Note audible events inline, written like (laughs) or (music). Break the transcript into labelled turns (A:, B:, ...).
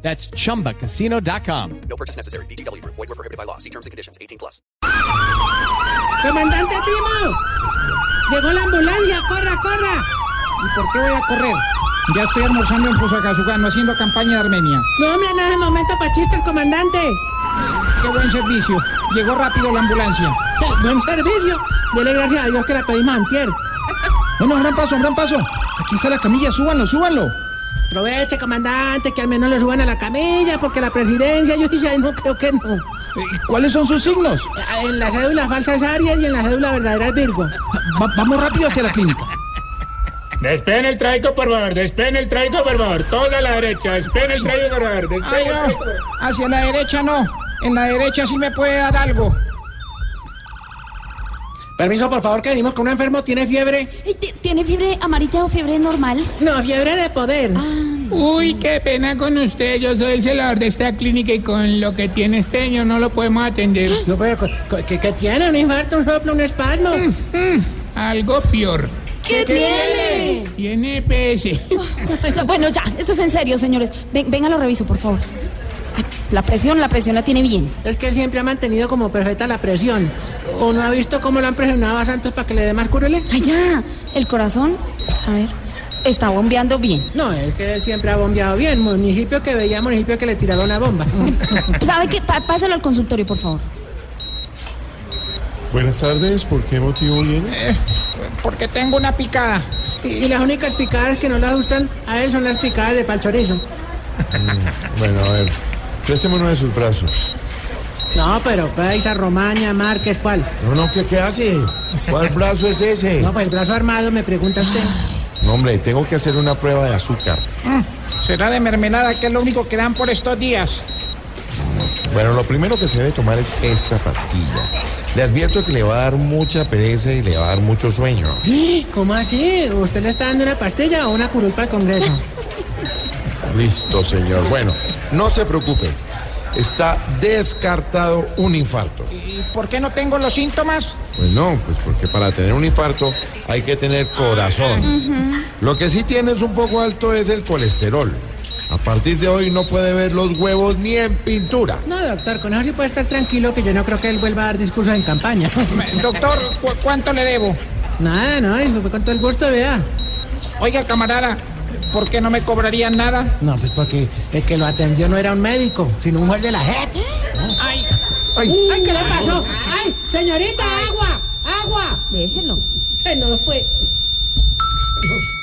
A: That's chumbacasino.com.
B: No purchase necessary. BGW. Void were prohibited by law. See terms and conditions. 18 plus.
C: ¡Comandante Timo! ¡Llegó la ambulancia! ¡Corra, corra!
D: ¿Y por qué voy a correr? Ya estoy almorzando en Pusacazugano, haciendo campaña de Armenia.
C: No, hombre, no es el momento para chistes, comandante.
D: Qué buen servicio. Llegó rápido la ambulancia.
C: Eh, Buen servicio. Dele gracias a Dios que la pedimos antier.
D: Bueno, gran paso, gran paso. Aquí está la camilla, súbanlo, súbanlo.
C: Aproveche, comandante, que al menos lo suban a la camilla, porque la presidencia, yo dije, ay, no creo que no.
D: Eh, ¿Cuáles son sus signos?
C: Eh, En la cédula falsa es Aries y en la cédula verdadera es Virgo.
D: Va- vamos rápido hacia la clínica.
E: Despen el traigo, por favor. Despen el traigo, por favor. Toda la derecha. Despen el traigo, por favor. Despen
D: Ay,
E: el
D: no.
E: traigo.
D: Hacia la derecha no. En la derecha sí me puede dar algo.
C: Permiso, por favor, que venimos con un enfermo. ¿Tiene fiebre?
F: Ay, ti- ¿Tiene fiebre amarilla o fiebre normal?
C: No, fiebre de poder.
F: Ah,
G: Uy, qué pena con usted. Yo soy el celador de esta clínica y con lo que tiene esteño no lo podemos atender.
C: No, pero, co- co- ¿qué, qué tiene? ¿Un infarto, un soplo, un espasmo?
G: Mm, Algo peor.
F: ¿Qué, tiene?
G: Tiene (laughs) PS.
F: No, (laughs) bueno, ya, esto es en serio, señores. Ven, venga, lo reviso, por favor. Ah, La presión, la presión la tiene bien.
C: Es que él siempre ha mantenido como perfecta la presión. ¿O no ha visto cómo lo han presionado a Santos para que le dé más curule?
F: Ay, ya, el corazón, a ver, está bombeando (laughs) bien.
C: No, es que él siempre ha bombeado bien. Municipio que veía, municipio que le tiraba una bomba. (laughs)
F: ¿Sabe qué? Pa- páselo al consultorio, por favor.
H: Buenas tardes, ¿por qué motivo viene?
D: Porque tengo una picada.
C: Y, y las únicas picadas que no le gustan a él son las picadas de palchorizo.
H: Bueno, a ver, présteme uno de sus brazos.
C: No, pero Paisa, Romaña, Márquez, ¿cuál?
H: No, no, ¿qué, qué hace? ¿Cuál brazo es ese?
C: No, pues el brazo armado, me pregunta usted.
H: No, hombre, tengo que hacer una prueba de azúcar.
D: Será de mermelada, que es lo único que dan por estos días.
H: Bueno, lo primero que se debe tomar es esta pastilla. Le advierto que le va a dar mucha pereza y le va a dar mucho sueño.
C: Sí, ¿Cómo así? ¿Usted le está dando una pastilla o una curul para el Congreso?
H: Listo, señor. Bueno, no se preocupe. Está descartado un infarto.
D: ¿Y por qué no tengo los síntomas?
H: Pues no, pues porque para tener un infarto hay que tener corazón. Lo que sí tienes un poco alto es el colesterol. A partir de hoy no puede ver los huevos ni en pintura.
C: No, doctor, con eso sí puede estar tranquilo que yo no creo que él vuelva a dar discursos en campaña.
D: Doctor, ¿cu- ¿cuánto le debo?
C: Nada, no, y fue con todo el gusto, vea.
D: Oiga, camarada, ¿por qué no me cobrarían nada?
C: No, pues porque el que lo atendió no era un médico, sino un juez de la JEP.
D: Ay,
H: Ay,
C: ¡Ay, qué le pasó! ¡Ay, señorita, agua! ¡Agua!
F: Déjelo.
C: Se nos fue. Se nos fue.